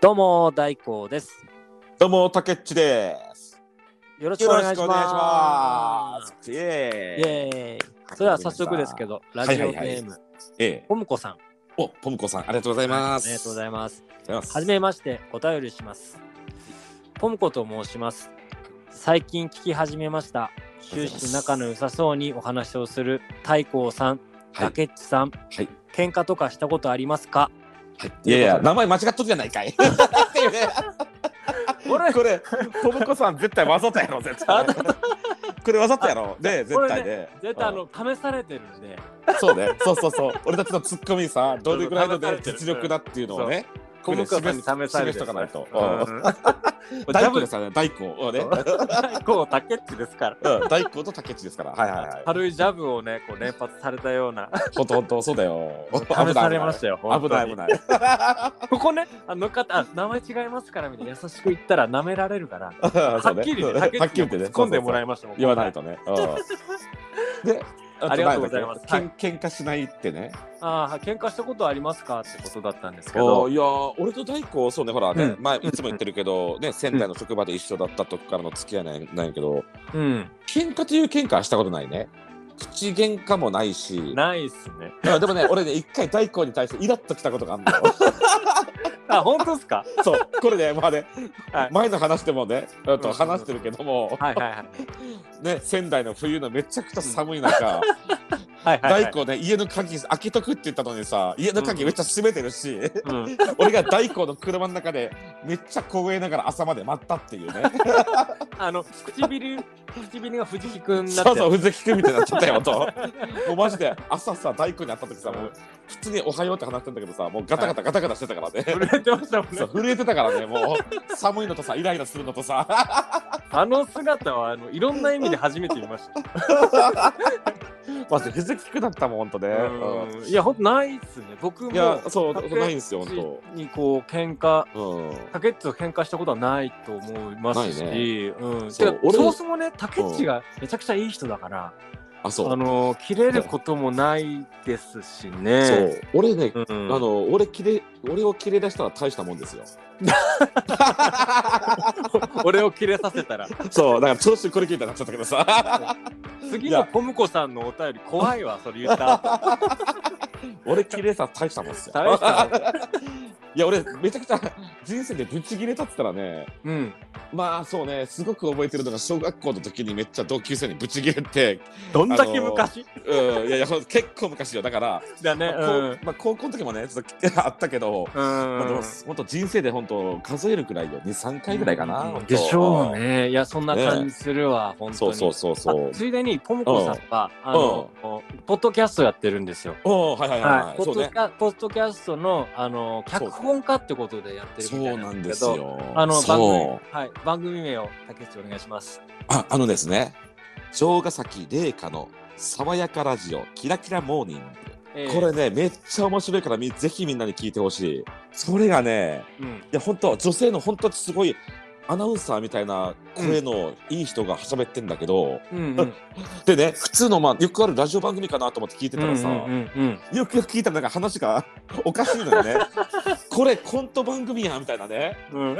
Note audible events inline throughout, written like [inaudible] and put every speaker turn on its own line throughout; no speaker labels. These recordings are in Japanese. どうも大光です。
どうも、たけっちです。
よろし
よ
くお
ろ
願
し
いし
くお願いしま
ます。
す。イエ
イ
ーイ。
エーイ。それでは早速ですけど、ラジオネーム、
ええ
ポムコさん。
お、ポムコさん、ありがとうござい
あ
ます。
りがとうご
い
ざいます。
ます
はじめまして、お便りします。ポムコと申します。最近聞き始めました。終始仲の良さそうにお話をする太光さん、
は
ダ
い。
ケッチさん、
はい。
喧嘩とかしたことありますか
いやいや、名前間違っとるじゃな
[laughs]
いかい。っていうね
俺
これ、ポムコさん、絶対わざとやろ、絶対。これわざとやろ。ね、絶対ね。
絶対あの、試されてるんで、
うん。そうね。そうそうそう。俺たちのツッコミさ、どれぐらいの
そうそ
ね
う
実力だっていうのをね。
ポムコさんに試され
示
てる
しと
んで
かないと。うん
う
[laughs]
ん
大工さんね、大工をね。
[laughs] 大光ダケッチですから。
うん大工と竹内ですから。はいはいはい。
軽いジャブをね、こう連発されたような、
ほんとほんと、そうだよ。
試されましたよ。
危ない
本当に
危ない。危
ここね、あの方、あ名前違いますからみたいな、優しく言ったら舐められるから、
ない [laughs] そ
は
う
っ
ね
き
[laughs]
りね、
はっきり言ってね。
突っ込んでもら
い
いましたもん。
言わないとね。 [laughs] うんで、と
ありがとうございます
なんだっけ喧喧嘩しないってね。
[laughs] ああ、喧嘩したことありますかってことだったんですけ
お
ど
ー、いやー、俺と大工、そうね、ほら
う
ね
ん、
前いつも言ってるけど、ね、仙台の職場で一緒だった時からの付き合いないないけど、
うん、
喧嘩という喧嘩はしたことないね。口喧嘩もないし、
ないっすね。
うんでもね、俺ね、一回大工に対してイラッときたことがあるん [laughs] だよ。
あ、本当
[laughs]
ですか
そう、これね、まあね
はい、
前の話でもね、うん
うん
と話してるけども、
はいはいはい。
ね、仙台の冬のめちゃくちゃ寒い [laughs] 中、
はいはい、は
大
い。
工ね、家の鍵開けとくって言ったのにさ、家の鍵めっちゃ閉めてる [laughs] し、
うん、
俺が大工の車の中でめっちゃ凍えながら朝まで待ったっていう [laughs] ね、
あの、唇、唇が藤木くんになっ
そ
て
うそう、藤木君みたいになっちゃった [laughs] よと、もうマジで朝さ、大工に会った時さ、もう普通におはようって話してんだけどさ、もうガタガタガタガタしてたからね。
震えてましたもんね
そう。震えてたからね、もう寒いのとさ、イライラするのとさ。
あの姿は、あの、いろんな意味で初めて見ました。
まず、藤木くだったもん、本当ね。うん
うん、いや、ほんとないっすね。僕も。
いや、そう、
竹
ないんですよ、本
にこう喧嘩
当。うん。
タケッチと喧嘩したことはないと思いますし、
ない
うん、
そう
てか
俺
そもそもねタケッチがめちゃくちゃいい人だから、
あ、そう。
あの切れることもないですし
そ
ね。
う、俺ね、
う
あ
ん、
の、俺、切れ、俺を切れ出したら、大したもんですよ。
[laughs] 俺を切れさせたら
そう、だから、調子これ聞いたらなっちゃったけ
[laughs]
どさ。
次
い
の
や
ポムコさんのお便り怖いわそれ言った
[laughs]
後
俺、切れさ、大したもんですよ。
大した
いや、俺、めちゃくちゃ、人生でぶち切れたって言ったらね。
うん
[laughs] まあ、そうね、すごく覚えてるのが、小学校の時に、めっちゃ同級生にぶち切れて。
どんだけ昔、
うん、いやいや、ほん結構昔よ、だから。
だね
まあこうまあ、高校の時もね、ちょっとあったけど、
うん、
ま [laughs] あ、でも本当人生で本当数えるくらいよ、2、3回ぐらいかな。
うん
本当
でしょう。ねいやそんな感じするわ、本当に
そうそうそうそ
あ
う。
ついでにポムコさんは、あのポッドキャストやってるんですよ
おおはいはいはい、は
はいい、ポ
そ
ッ
う
ド
ね
キ。ャポッドキャストのあの
そう
脚本家ってことでやってるみた
そう
い
な
なんん
で
です
す
けど
よ。
あの番組
そう
はい、番組名を竹内お願いします。
ああのですね、城ヶ崎麗華の爽やかラジオキラキラモーニング。
えー
これね、めっちゃ面白いからみぜひみんなに聞いてほしい。それがね、
うん、
いや本当女性の本当すごいアナウンサーみたいな声のいい人が喋ってんだけど、
うん、うん、
でね普通のまあよくあるラジオ番組かなと思って聞いてたらさ、
うんうんうん
よくよく聞いたらなんか話がおかしいの
[laughs]
よねこれコント番組やんみたいなね
うん、う
[laughs]
ん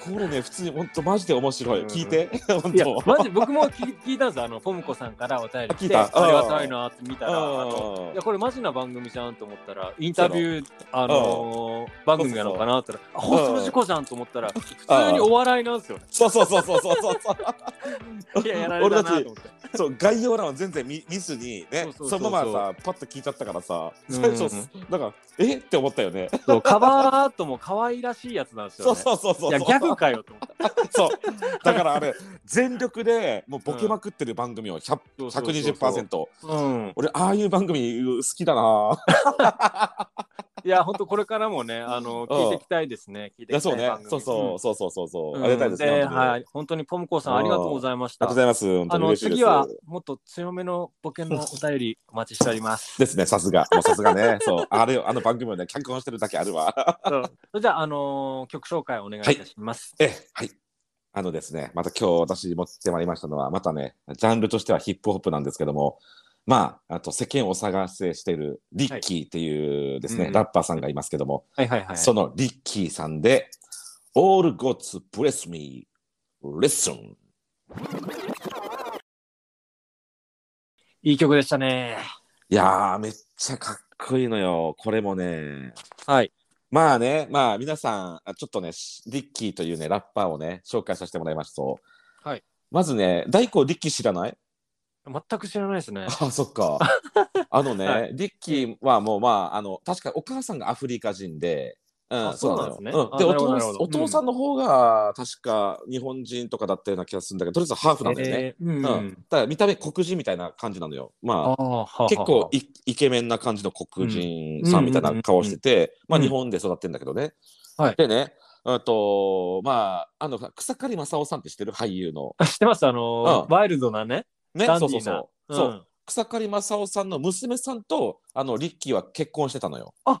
これね普通に本当マジで面白い、
うん
聞いて [laughs] 本
いや、
当
マジ、僕も聞聞いたんですよ、あの、ポムコさんからお便り来て
聞いた
ありがたいなって見たら、あの
うん
いや、これマジな番組じゃんと思ったら、インタビュー、あのー番組なのかなって言ったら、あ
そうそう
放送事故じゃんと思ったら、普通にお笑いなんですよね。
そうそうそうそうそうそうそう
[laughs] いや、やられたなと思って。
そう概要欄を全然見見ずにね
そうそ
そう
そうそう
のままさパッと聞いちゃったからさ
うん
最初、なんかえって思ったよね
そうカバーアートも可愛らしいやつなんです
そ
よ
う
ね。
そうそうそう
いやギャグかよと思って
そうだからあれ全力でもうボケまくってる番組を100
そうそうそうそう
120%
うん、
俺ああいう番組好きだない
[laughs] や本当これからもねあの
うん
聞いていきたいですね。聞い
い
てい
や
きた
そう
い
ね
番組
そうそう、そうそうそうそううんありがたいですね、本当に
はい本当にポムコさんありがとうございまし
あ
た。
りがとうございます。本
あ
当に
の
嬉しいです。
次はもっと強めのボケのお便りお待ちしており
[laughs]
ます。
ですね、さすが。もうさすがね。そう、あれよ、あの番組をね、脚本してるだけあるわ。
そうそれじゃあ、あのー曲紹介お願いいたします。
ええ、はい。あのですね、また今日私持ってまいりましたのは、またね、ジャンルとしてはヒップホップなんですけども、まあ、あと世間を探せしてるリッキーっていうですね、
うん
ラッパーさんがいますけども、
はいはいはい。
そのリッキーさんで、All God's Bless Me, Listen。
いい曲でしたね。
いやー、めっちゃかっこいいのよ。これもね。
はい。
まあね、まあ皆さん、あちょっとね、しリッキーというね、ラッパーをね、紹介させてもらいますと、
はい。
まずね、大光リッキー知らない
全く知らないですね。
ああ、そっか。あのね、
は
リッキーはもう、まあ、あの、確かお母さんがアフリカ人で、うん、
あそうなんですね
そうなのようん
あ
で
な
お
るほどなる
父
ほど
お父さんの方が、確か日本人とかだったような気がするんだけど、とりあえずハーフなんだよね。
えーうん。
うん、だから見た目黒人みたいな感じなのよ。まあ、
ああ、はあ
結構、イイケメンな感じの黒人さんみたいな顔してて、
うん
ま
うん
あ
うん
日本で育ってんだけどね。
はい
でね、うんとまああの草刈正雄さんって知ってる俳優の。
はあ知ってますあの、
うん
ワイルドなね。
ね、
ダン
そ
デ
う
ィー
そう
な
そう。
ん
そう草刈正雄さんの娘さんとあのリッキーは結婚してたのよ。
は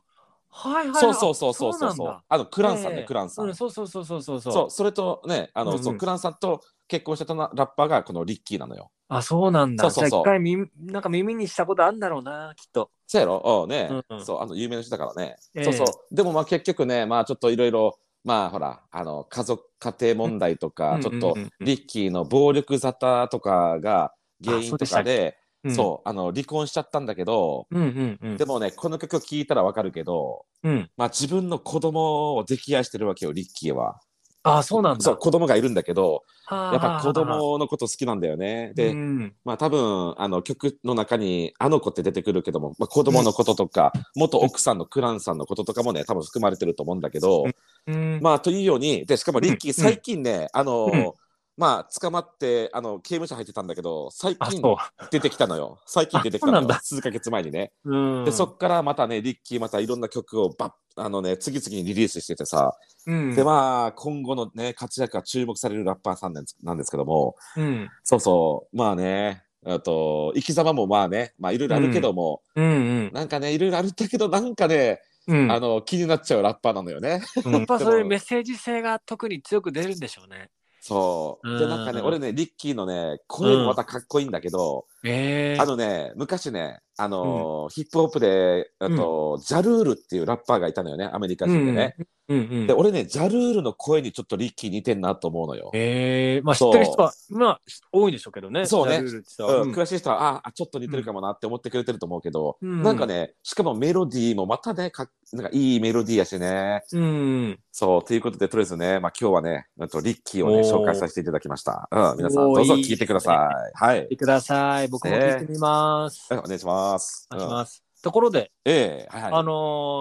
いはいはい。
そうそうそうそうそ
そ
う
う
そ
なん
う
だ。
あのクランさん
え
ね
え
クランさ。
うんんそうそうそうそうそうそう
そうそれとねあ
うん
の
うん
そうクランさんと結婚してたなラッパーがこのリッキーなのよ。
あそうなんだ
そうそうそう
じゃあ一回みなんか耳にしたことあるんだろうなきっと
そうやろうんね、
うんうん
そうあの有名な人だからね。
ええ
そうそう。でもまあ結局ね、まあちょっといろいろ、まあほら、あの家族、家庭問題とか、ちょっと
うんうんうん
リッキーの暴力沙汰とかが原
あそ
因
うで
と
した
か
っ
で、
うん
そう、あの離婚しちゃったんだけど、
うんうんうん
でもね、この曲聴いたらわかるけど、
うん
まあ自分の子供を溺愛してるわけよ、リッキーは。
あそうなんだ
そう、子供がいるんだけど、
はあ
やっぱ子供のこと好きなんだよね。で、
うん
まあ多分あの曲の中に「あの子」って出てくるけども、まあ、子供のこと
[laughs]
とか元奥さんのクランさんのこととかもね多分含まれてると思うんだけど、
うん
まあというようにでしかもリッキー
うん
最近ね、あの
うん
まあ捕まってあの刑務所入ってたんだけど最
あ
近
そ
出てきたのよ最近出てきたの
あそ
よ
うなんだ
数ヶ月前にね、
う、うん、
でそっからまたねリッキーまたいろんな曲をバッあのね次々にリリースしててさ、
うん、
でまあ今後のね活躍が注目されるラッパーさんなんですなんですけども、
うん
そうそう、まあね、あと生き様もまあね、まあいろいろあるけども、
うん
なんかね、いろいろあるんだけど、なんかね、
うんうん
あの気になっちゃうラッパーなのよね。
やっぱそういうメッセージ性が特に強く出るんでしょうね
そう。
う
で、
ん
なんかね、俺ね、リッキーのね、声もまたかっこいいんだけど、
ええ
あのね、昔ね、あのーヒップホップで、あと、ジャルールっていうラッパーがいたのよね、アメリカ人でね。
うんうん
で、俺ね、ジャルールの声にちょっとリッキー似てんなと思うのよ。
ええまあ知
そ
っ
う
てる人はまあ多いでしょうけどね
そうね
ジャルールってさ
うん、
うん
詳しい人はああちょっと似てるかもなって思ってくれてると思うけど、
うん
なんかねしかもメロディーもまたねかなんかいいメロディーやしね
うん、
そうということでとりあえずね、まあ、今日はねうんとリッキーをね
おー
紹介させていただきました、うん、皆さん
おー
どうぞ
いいですね
聞いてくださいはい
見てください僕も聞いてみます、
えお願いします、
お
う
願いし
ん
ますところで
ええはいはい
あの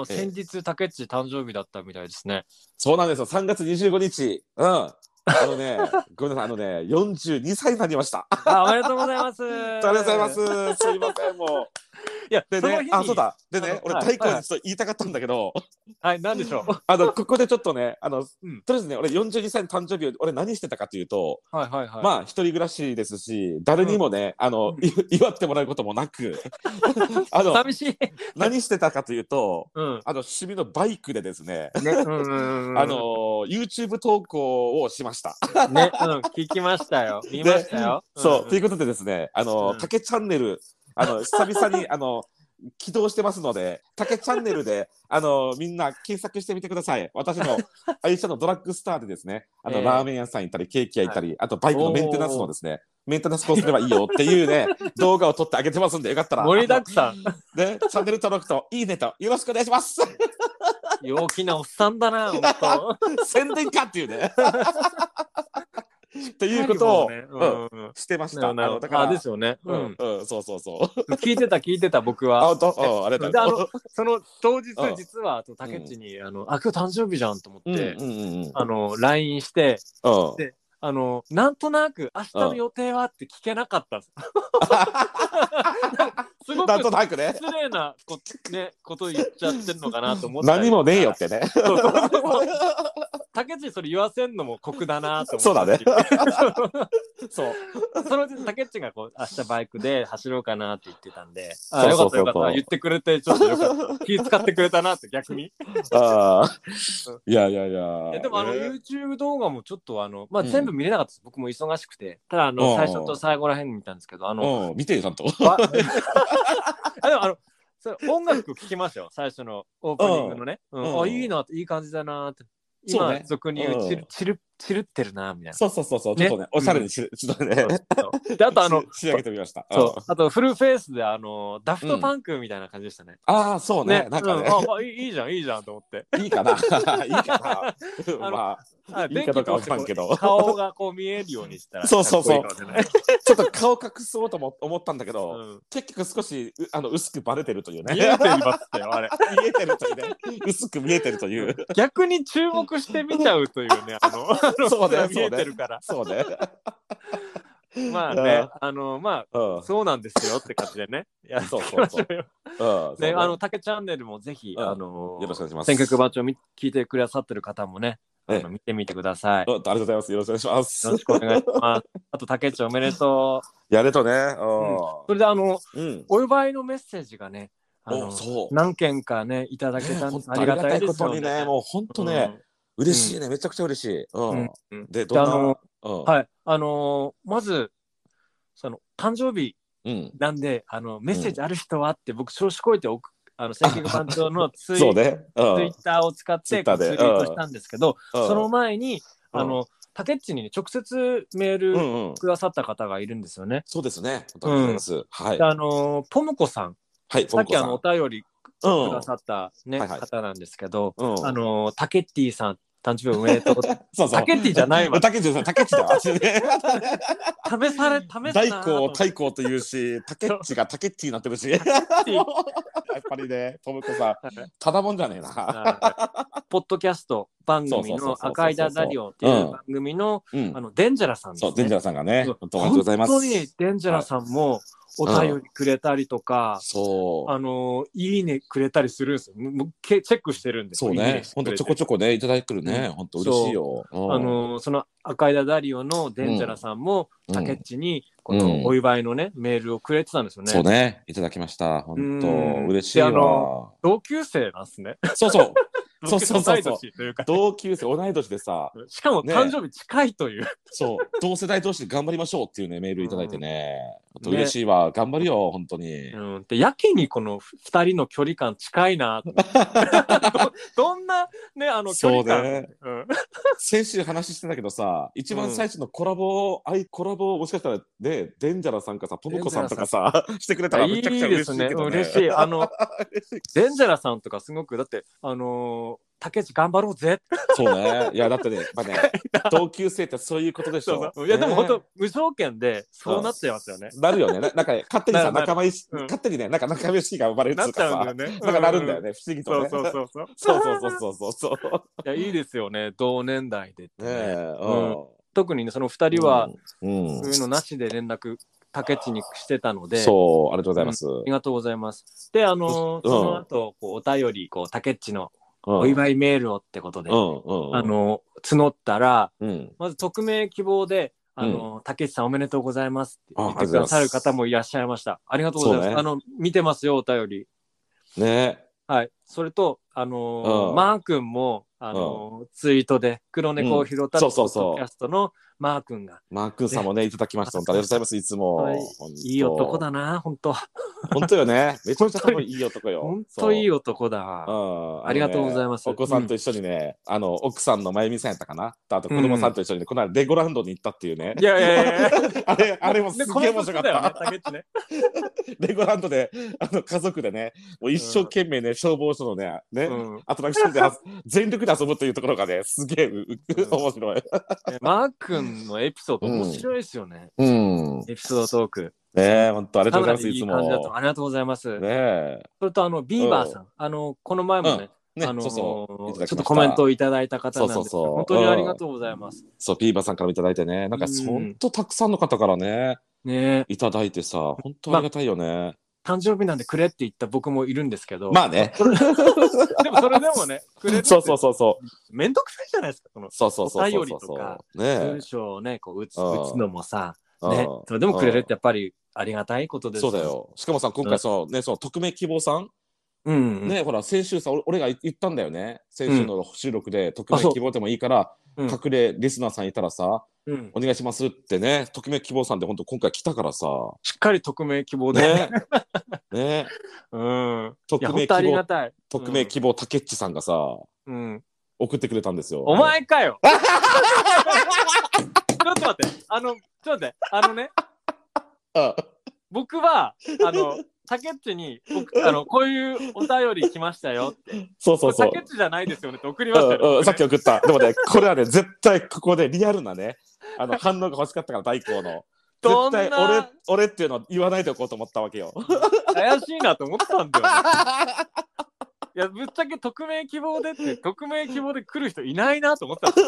ー
ええ
先日、竹内誕生日だったみたいです
[laughs]
ね。
そうなんですよ3月25日うんあ
[laughs]
のねごめんなさいあのね42歳になりましたあ
あおめでとうございます。あ
り
り
がとうございま。すすいませんもう
いや、
で
その日
ね
に
あそう。だで
あの
ね俺
はい
太鼓にちょっと言いたかったんだけど
はい、なんでしょ
[laughs]
う。
あのここでちょっとねあの、
うん
とりあえずね俺42歳の誕生日を俺何してたかというと、
はいはいはい。
まあ一人暮らしですし誰にもね、あの、
う
い [laughs] 祝ってもらうことも
[laughs]
なくあの
寂しい。
何してたかというと
うん。
あの趣味のバイクでですね、
ね、うんうんうん。
あの YouTube 投稿をしました。
ね、うん、聞きましたよ。見ましたよ。ん
そうということでですねあの、
うん
竹チャンネル
[laughs]
あの久々にあの起動してますので、竹チャンネルで、あのみんな検索してみてください。私の愛車のドラッグスターでですね、あの、
ええ
ラーメン屋さん行ったり、ケーキ屋行ったり、あとバイクのメンテナンスのですね、メンテナンスこうすればいいよっていうね、動画を撮ってあげてますんで、よかったら、
盛りだくさん。
あのね、チャンネル登録といいねとよろしくお願い
[laughs]
します。
陽気なおっさんだな、本
宣伝かっていう
[laughs]
ね。と
当。
いうことを、
ねう
うん
んうん。
してまし
なるほど
た。
なる
あの
ほ
だ
ど。
か
あ、
ら
ですよね。
う
うんん。、
うん、そうそうそう。
聞いてた、聞いてた、僕
あ、
は。
本当、うん、ありが
であ
とう。
の、その当日
う、ん
実は、あと竹内に、あの、あ、今日誕生日じゃんと思っ
うん、うん、
て
う。ん、うん
あの LINE して
うん
であのなんとなく明日の予定はって聞けなか [laughs] ったんですすごく
なんとなくね。
失礼なこ,、ね、こと言っちゃってるのかなと思って
何もねえよってね。
竹内それ言わせんのも酷だなと思って
そうだねそう。
[laughs] そのうち竹内がこう明日バイクで走ろうかなって言ってたんで
そ
あ
う
よか
そう
ったよ
そうそう
かった言ってくれてちょっとよかった気使ってくれたなって逆に
ああ。
[laughs]
いやいやいや。
えでもあの
えー
YouTube 動画もちょっとあの、まあ、
うん
全部見れなかったです、僕も忙しくてただあ
うん
の最初と最後らへん見たんですけどあの
うん、見てよ、ちゃんと。
ば [laughs] あでもあのそれ音楽聴きましたよ最初のオープニングのね、うん
うん
あいいなっていい感じだなって
そう
今、
ね
俗に言うチル,、チルチルってるなみたいな。
そうそうそうそう、ちょっとね
ね、
おしゃれにし、ちょっとね
そ。うそうであと
[laughs]
あの
し仕上げてみました。
そう
うん
あとフルフェイスであのダフトパンクみたいな感じでしたね。
ああ、そうね、なんか
う
ね、
ああいいいいじゃんいいじゃんと思
[laughs]
って。
いい
[laughs]
かな、いいかな、
あの
ま
あ
言い方がわかんけど
電気通してこう顔がこう見えるようにしたら
そうそうそう
かっこいいかもしれない
あ、ちょっと顔隠そうとも思ったんだけど、
うん
結局少し、うあの、薄くバレてるというね。
見
[laughs]
えていますよあれ。
見えてるというね、薄く見えてるという。
逆に注目して見ちゃうというね、あの、あ [laughs] の
[laughs] そうだよ
見えてるから。
そうね。
まあ
う
ね
ん、
あの、ま
うん
あ、、そうなんですよって感じでね。いや
そうそうそう。うん、そう
ね、あの、竹チャンネルもぜひ、
うん
あの、
よろしくお願いします
選曲番長み聞いてくださってる方もね、あ
ええ
の見てみてください。
うんありがとうございます。よろしくお願いします。
よろしくお願いし [laughs] ます。あと、竹内おめでとう。
やれとね。
それで、あの、
うん。うん。
お祝いのメッセージがね、あ
お
の、
そう。
何件かね、いただけたん
本
で
当
ありがたい
あり
で
が
す
こと
よ
に
ね
ね、。もう本当ね、嬉しいね、めちゃくちゃ嬉しい。う
うん
ん。
うん
で、ど
で、あ
ん
の、
な、うん
はい、あの、まず、その、誕生日、
うん。
なんで、あの、メッセージある人はって、僕、調子こいておく、あの、選挙番長のツイ,、
そうね。
ツ
う
イッ
ん。
ターを使っ
ツイッ
て、
タ
こ
ー
う
で
ツイートしたんですけど、その前に、
うん
あの、竹内にね直接メー
う
ル
んうん。
くださった方がいるんですよね。
そうですね。本当にありがとうございます。はい
で。あの、ポムコさん、
はい、
さっきあの、お
ポンコ
便り
さん
くださったね、
はいはい
方なんですけど、
うん。うん。
あの、竹ティさん、誕生日おめでとう。
そうそう。
竹内じゃないわ
竹内さん、竹
[laughs]
内だわ。
試され、試したな
大
と思っ
光、
て
太光というし、竹内が竹内になってるし。やっぱりね、トムコさん、ただもんじゃねえな。
はい [laughs] ポッドキャスト番組
そうそうそう
の
そう
赤いダダリオっていう番組の、
うん
あ。の、デンジャラさんです、
そ
ね。
う、デンジャーさんがね、
そう
本当おめでとうございます。
本当にデンジャラさんもお便りくれたりとか、
そう。
あのいいねくれたりするんですよ。もうけチェックしてるんです
そうね。ほんとちょこち
ょ
ょこね、いただいてるね。ほんと嬉しいよ。うん
あ、のその赤いダダリオのデンジャラさんも、
うん
タケッチにこ
うん
のお祝いのね、メールをくれてたんですよね。
そうね。いただきました。ほんと
うん
嬉しいわ
であの。同級生なんですね。
[laughs] そうそう。 [laughs] そう
僕
そうそう
同い年というか。
同級生、同い年でさ、
しかも
ね
誕生日近いという、
そう、同世代同士で頑張りましょうっていうね、メールいただいてね。ほんと
ね
嬉しいわ。頑張るよ、ほんとに
う。ん、でやけにこの2人の距離感近い
[laughs]
なとどどんなねあの距
そ
離
う
感、
ね。
うん、
先週話してたけどさ、一番最初のコラボ、あいコラボ、もしかしたらね、デンジャラさんかさ、ポムコさんとかさ、してくれたらめちゃくちゃ嬉しいけどね。
ですね。嬉しい。あ
[laughs]
の、デンジャラさんとかすごく、だって、あのー、竹内頑張ろうぜって
そう
[laughs]
ね。いや、だってね、やっぱね、同級生ってそういうことでしょ。
いや、でも本
ね
当、無条件でそうなっちゃいますよね。
なるよね。ななんかね、勝手にさ、
なるなる
仲間意識、
うん
勝手にね、なんか仲間意識が生まれるっ
な
つ
っ
う
ちゃ
かさ、
うんだよね。
なんかなるんだよ
ね。
ね、不思議と
そう
ね。 [laughs]
そうそうそう。
そうそうそうそうそうそう。
いや、いいですよね。同年代でって [laughs]
ね
ね、
え、
うん特にね、その二人は、、
うん、
そういうのなしで連絡、竹内にしてたので。
そう、ありがとうございます。
ありがとうございます。で、あのー
うん
その後、こうお便り、こう、竹内のお
い
祝いメールをってことで、
うん、うん、うん
あ、のー募ったら、
うん、
まず匿名希望で、あの、竹内さんおめでとうございますって言っ
ああ
て
り
く
がとうございま
だ
す
さる方もいらっしゃいました。ありがとうございます。
そうね
あの、見てますよ、お便り。
ね
はい。それと、あのー
うん
マー君も、あのーツイートで、黒猫を拾った
うんそうそうそう
ポッドキャストのマー君が、
マー君さんもね、いただきました。本当ありがとうございます、いつ
は
も
い。いい男だな、本当
本当よね。めちゃめちゃ多分いい男よ。
本当いい
よ。
男だ。
あ
ありがとうございます
お子さんと一緒にね、あの奥さんのまゆみさんやったかな、とあと子供さんと一緒にね、この間レゴランドに行ったっていうね
い。やいやいやいや。
あれ、 [laughs] あれもす
で
っ
こ
げえ
の年
面白かっ
だよね
た。、
竹
[laughs]
内ね。
レゴランドで、あの家族でね、もう一生懸命ね、消防署のね、ね、
うん
アトラクションで遊 [laughs] 全力で遊ぶというところがね、すげえう
うん
面白い。
マー君のエピソード面白いですよね。
うん。ね
エピソードトーク。
え、本当ありがと
か
う
ない
ござます、
り
い
い
つ
い感じだと。
も。
ありがとうございます。
ねえ。
それとあのビーバーさん、あのこの前もね、
ね、
あの
そうそう。いただきました
ちょっとコメントをいただいた方なんですけど、
そうそうそう
本当にありがとうございます。
そう、ピーバーさんからもいただいてね、なんか
うん
ほんとたくさんの方からね、
ねえ、
いただいてさ、本当ありがたいよね。
誕生日なんでくれって言った僕もいるん [laughs] ですけど、
まあね。
でもそれでもね、くれるって
そうそうそうそう。
めんどくさいじゃないですか、この
そうそうそうそ
お便
うそ
り
う
とか
そう。ね
文章をね、こう打つ
うん
打つのもさ、
え。
ね
うん、
それでもくれるってやっぱりありがたいことです
そうだ。よ。しかもさ、今回そのね、その匿名希望さん、
うんうん、
ね、ほら、先週さ、俺俺が言ったんだよね。先週の収録で、匿名
あそう
希望でもいいから、
うん
隠れリスナーさんいたらさ、
うん
お願いしますってね、匿名希望さんで本当今回来たからさ、
しっかり匿名希望で。 [laughs]
ね、ね、
うん。いや、
匿
本
名
当あ
希
りが
望、
たい。
匿名希望たけっちさんがさ、
うん。
送ってくれたんですよ。
お前か [laughs] よちょっと待って、あの、ちょっと待って、あのね、
あ
僕は、あの、竹内に、僕あの、こういうお便り来ましたよ。
そうそうそう
これ。竹内じゃないですよねって送りましたよ、
うんう
僕ね
んさっき送った。でもね、これはね、絶対ここでリアルなね、あの反応が欲しかったから、大光の。
ど
絶
んな
対俺、俺っていうのは言わないでおこうと思ったわけよ。
怪しいなと思ったんだよ、ね。
[laughs]
いや、ぶっちゃけ匿名希望でって、匿名希望で来る人いないなと思ったんだよ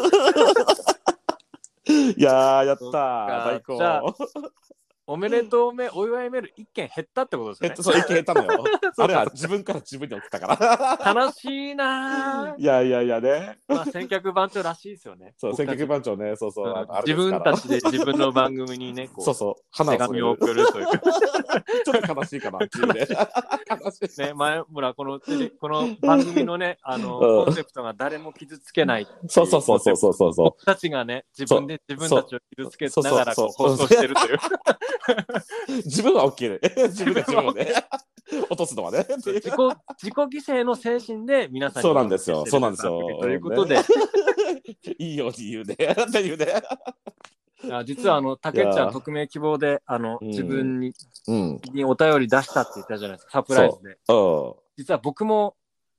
いやー、やった
そっか
ー、大
じゃあ
光。
おめでとうめ、お祝いメール一件減ったってことです
え
よ
っ
ね
と、。そう、一気減ったのよ。
[laughs] そう
あれは自分から自分に送ったから。 [laughs]
悲しいなぁ。
いやいやいやね。
まあ、先客番長らしいですよね。
そう、
僕た
選
ち
挙番長ね、そうそう。あのあれ
自
ですか
分
ら
たちで自分の番組にね、こう、
そうそう、花
手
を添
紙
え
を
る。
送るという。
ちょっと悲しいかな、
[laughs]
悲しい。悲しいね。
ね、前村、このテレ、この番組のね、あの、
うん
コンセプトが誰も傷つけない。
そうそうそうそうそうそうそう。
僕たちがね、自分で自分たちを傷つけ
そう
ながらこう
そう
放
そうそう
送してるという。
自分は OK で。 [laughs] 自分で自分をね。落とすのはね。っていう
自己、自己犠牲の精神で皆さんに
そうなんですよ
お届けしてる
そうなんですよ
ということで、
いいように言うね。って言うね。
あ実はあの、たけち
いや
ゃん
ー
匿名希望で、あの、
うん
自分に
うん。うん。
にお便り出したって言ったじゃないですか、サプライズで。実は僕も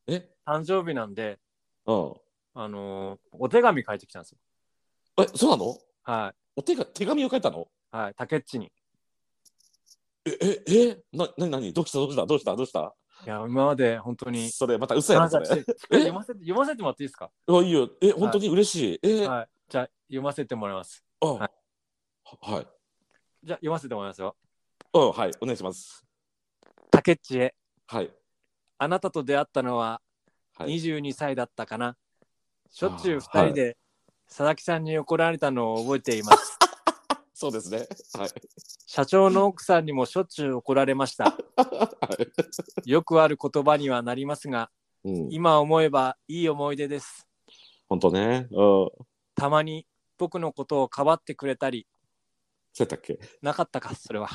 え
誕生日なんで、
うん。
あのーお手紙書いてきたんですよ。
え、そうなの
は
お手が手紙を書いたの
い。はい。竹っちに。
え、え、え、な、なになにどうしたどうしたどうしたどうした
いや、今まで本当に。
それ、また嘘やろ、
話
そ
し
れ。
て読ませて読ませてもらっていいですか
あ、いいよ。え、本当に嬉しい。え、あ、
はい。じゃあ、読ませてもらいます。
はい。はい。
じゃあ、読ませてもらいますよ。
うん、はい。お願いします。
竹っちへ、
はい。
あなたと出会ったのは
はい。
22歳だったかな。しょっちゅう2人で佐々木さんに怒られたのを覚えてい
[laughs]
ます。
そうで
[laughs]
すね。はい。
社長の奥さんにもしょっちゅう怒られました。
はい。
よくある言葉にはなりますが、
うん。
今思えばいい思い出です。
本当ね。うん。
たまに僕のことをかばってくれたり、
そうやったっけ
なかったか、それ
[laughs]
は。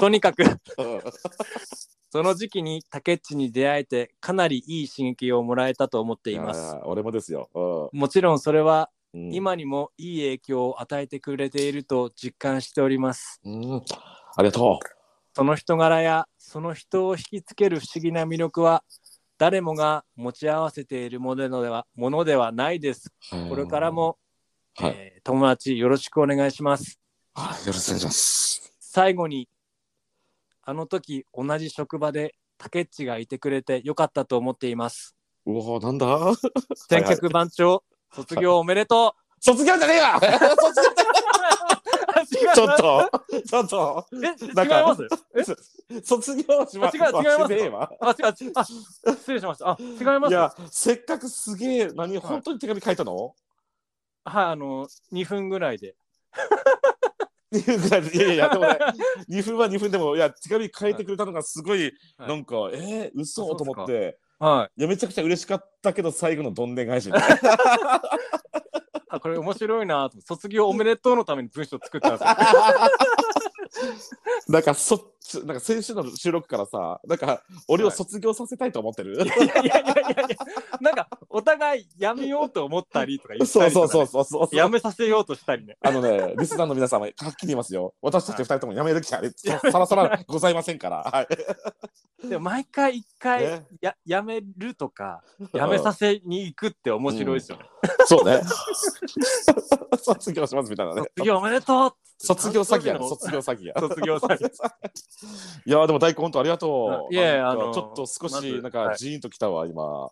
とにかく、その時期に竹内に出会えて、かなりいい刺激をもらえたと思っていま
や
す。
ー俺もですよ。う
もちろんそれは
んうん。
今にもいい影響を与えてくれていると実感しております。
うん。ありがと
その人柄やその人を引きつける不思議な魅力は誰もが持ち合わせているものではものではないです。
う。
これからも、
はい。はい。
えー友達よろしくお願いします。
はいよろしくお願いします。
最後にあの時同じ職場で竹内がいてくれてよかったと思っています。
うおーなんだ [laughs] いはい
先客番長卒業おめでと
卒業じゃねえわ卒業
[laughs] う。違う
[laughs] ちょっとちょっと
え違い
なんか
ます。
卒業しま
あ違う違います
わしねえわ
あ違う違うあ失礼しました。あ違いま
い
す。はい
や、せっかくすげえ、何、本当に手紙書いたの
あの2分ぐらいで。
っていうぐらいでいやい
[laughs]
やいや、でもね、2分は2分でも、いや、手紙書いてくれたのがすごい、
はい
なんか、えー、
あ
嘘
そうっすか
と思って、
はい。
いや、めちゃくちゃ嬉しかったけど、最後のどんでん返しね。
あこれ面白いなと卒業おめでとうのために文章作ったんですよ。
[laughs] [laughs] なんか、そっち、なんか先週の収録からさ、なんか、俺を卒業させたいと思ってる。
いやいやいやいやなんかお互いやめようと思ったりとか言った
[laughs] そう
りとか
そ
ね、
うそうそうそう。
やめさせようとしたりね。
あのね、リスナーの皆様、はっきり言いますよ。私たち二人ともやめる気あれ、 [laughs] さらさらございませんから。はい。
でも毎回一回や,、
ね
やめるとかやめさせに行くって面白いですよね。
そうね。 [laughs] 卒業しますみたいなね。
卒業おめでとう [laughs]
卒業詐欺や
誕
ね、
生日の
卒業詐欺や。
卒業詐欺
[laughs] いやーでも大根本当ありがとう。
いやいや
なんか
あの
ちょっと少
まず
し、なん
は
か
い
ジーンときたわ、今。
は